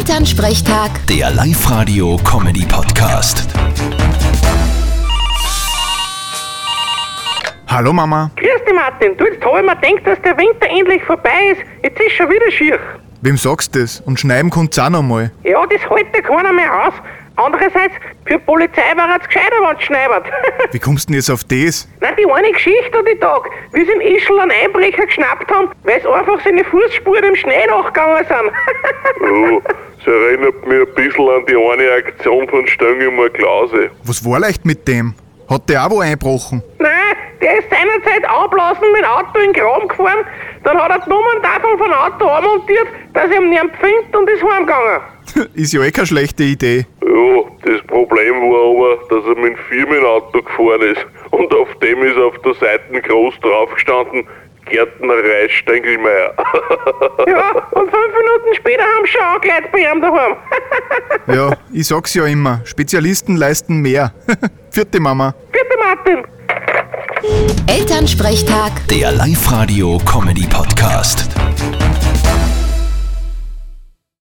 Elternsprechtag, Der Live-Radio-Comedy-Podcast. Hallo Mama, Grüß dich, Martin. Du, jetzt habe ich mir gedacht, dass der Winter endlich vorbei ist. Jetzt ist schon wieder schier. wem sagst du das? Und schneiden kannst du auch nochmal. Ja, das hält ja keiner mehr aus. Andererseits, für die Polizei war es gescheiter, wenn es schneibert. Wie kommst du denn jetzt auf das? Nein, die eine Geschichte an die Tag, wie sie in Ischl einen Einbrecher geschnappt haben, weil sie einfach seine Fußspuren im Schnee nachgegangen sind. Ja, das erinnert mich ein bisschen an die eine Aktion von Stöngelmer Klause. Was war leicht mit dem? Hat der auch wo einbrochen? Nein, der ist seinerzeit ablassen mit dem Auto in den Graben gefahren, dann hat er die Nummern davon vom Auto anmontiert, dass er ihm niemand findet und ist heimgegangen. Ist ja eh keine schlechte Idee. Ja, das Problem war aber, dass er mit dem Firmenauto gefahren ist und auf dem ist auf der Seite groß draufgestanden, Gärtnerei Stöngelmeier. Ja, und fünf Minuten später haben sie schon angeleitet bei ihm daheim. Ja, ich sag's ja immer, Spezialisten leisten mehr. Vierte Mama. Bitte, Martin. Elternsprechtag. Der Live-Radio-Comedy-Podcast.